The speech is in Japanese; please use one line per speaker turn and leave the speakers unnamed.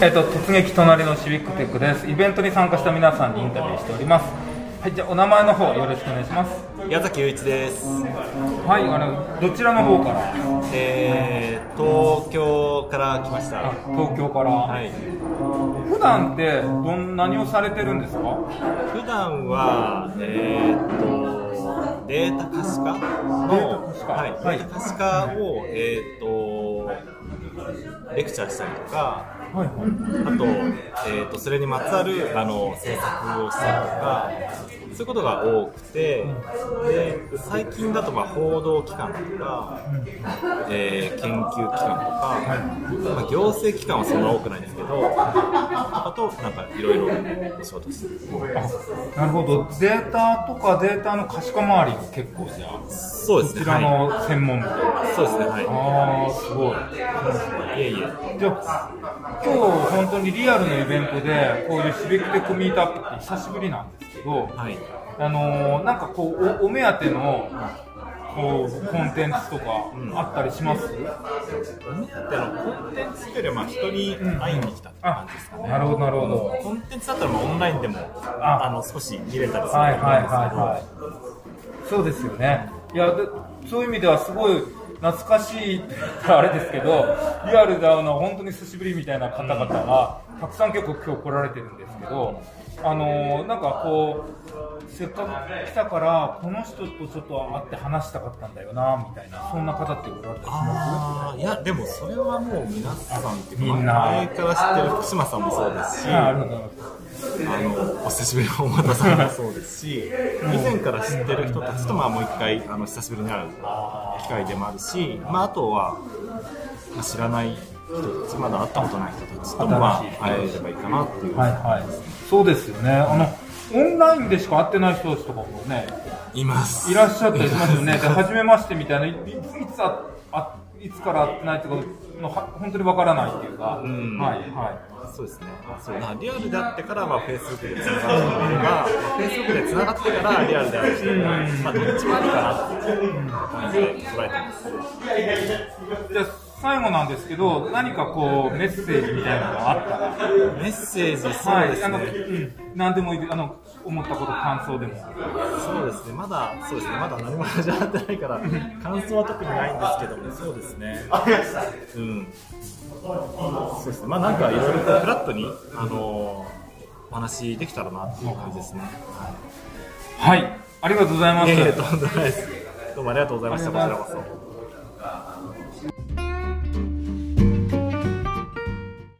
えっと、突撃隣のシビックテックです。イベントに参加した皆さんにインタビューしております。はい、じゃあ、お名前の方よろしくお願いします。
矢崎雄一です、
はい、あの、どちらの方から。
えー、東京から来ました、
あ東京から。
はい、
普段って、どん、何をされてるんですか。
普段は、えー、っとデータ可視化の
データ可視化は
はいい、データ可視化を、えー、っとレクチャーしたりとか
はい、はい。
あと,、えー、っとそれにまつわるあの制作をしたりとかそういうことが多くてで最近だとまあ報道機関とか、えー研究機関とか、まあ、行政機関はそんな多くないんですけどあとなんかいろいろお仕事してる
なるほど、データとかデータの可視化周りが結構じゃあ。
そうです
こ
ね
ちら
はい
の専門部。
そうですね、は
ああ、すごい。
い。いえいえ。
じゃあ、今日本当にリアルのイベントで、こういうシビックテックミートアップって久しぶりなんですけど、
はい。
あのーなんかこうお、お目当てのこうコンテンツとか
ん
あったりします、
で、あの、コンテンツというよりは、まあ、人に会いに来たって感
あ
じですか、ね。
なるほど、なるほど。
コンテンツだったら、まあ、オンラインでも、
あ
あの、少し見れたりすると
はい
思
はい
うんですけど、
はいはい。そうですよね。いや、でそういう意味ではすごい懐かしいって言ったらあれですけど、リアルで会うのは本当に久しぶりみたいな方々が、たくさん結構今日来られてるんですけど、あのーなんかこう、せっかく来たから、この人とちょっと会って話したかったんだよな、みたいな、そんな方っておられたりします
あーいやでもそれはもう皆さんっていうか
みんな
前から知ってる福島さんもそうですし
あ
あ
ありがとうございます。
のお久しぶりの尾形さんもそうですし以前から知ってる人たちとまあもう一回あの久しぶりに会う機会でもあるし、まあ、あとはまあ知らない人たちまだ会ったことない人たちともまあ会えればいいかなっていう、
はいはい。そうですよね。あの、オンラインでしか会ってない人たちとかもね、
います
いらっしゃったりしますよね。で、初めましてみたいな、いいつ、いつあ、あ、いつから会ってないとか、のは本当にわからないっていうか、
ん
はいは
そうですねそうまあリアルであってからまあフェイスブックでつながってもいればフェイスブックでつながってからリアルである人もいればまあどっちもあるかなっていう感じで捉えてます
い。じゃあ最後なんですけど、何かこう、メッセージみたいなのがあったら、
メッセージそうです
あ
ね、
の、うん、何でもいいで、あの、思ったこと、感想でも。
そうですねまだそうですねまだ何も始まってないから感想は特にないんですけどもそうですねうんそうですねまあなんかいろいろとフラットにあのお話できたらなっていう感じですね、はい
はい。ありがとうございます。
いえいえとんでもないですどうもありがとうございましたこちらこそ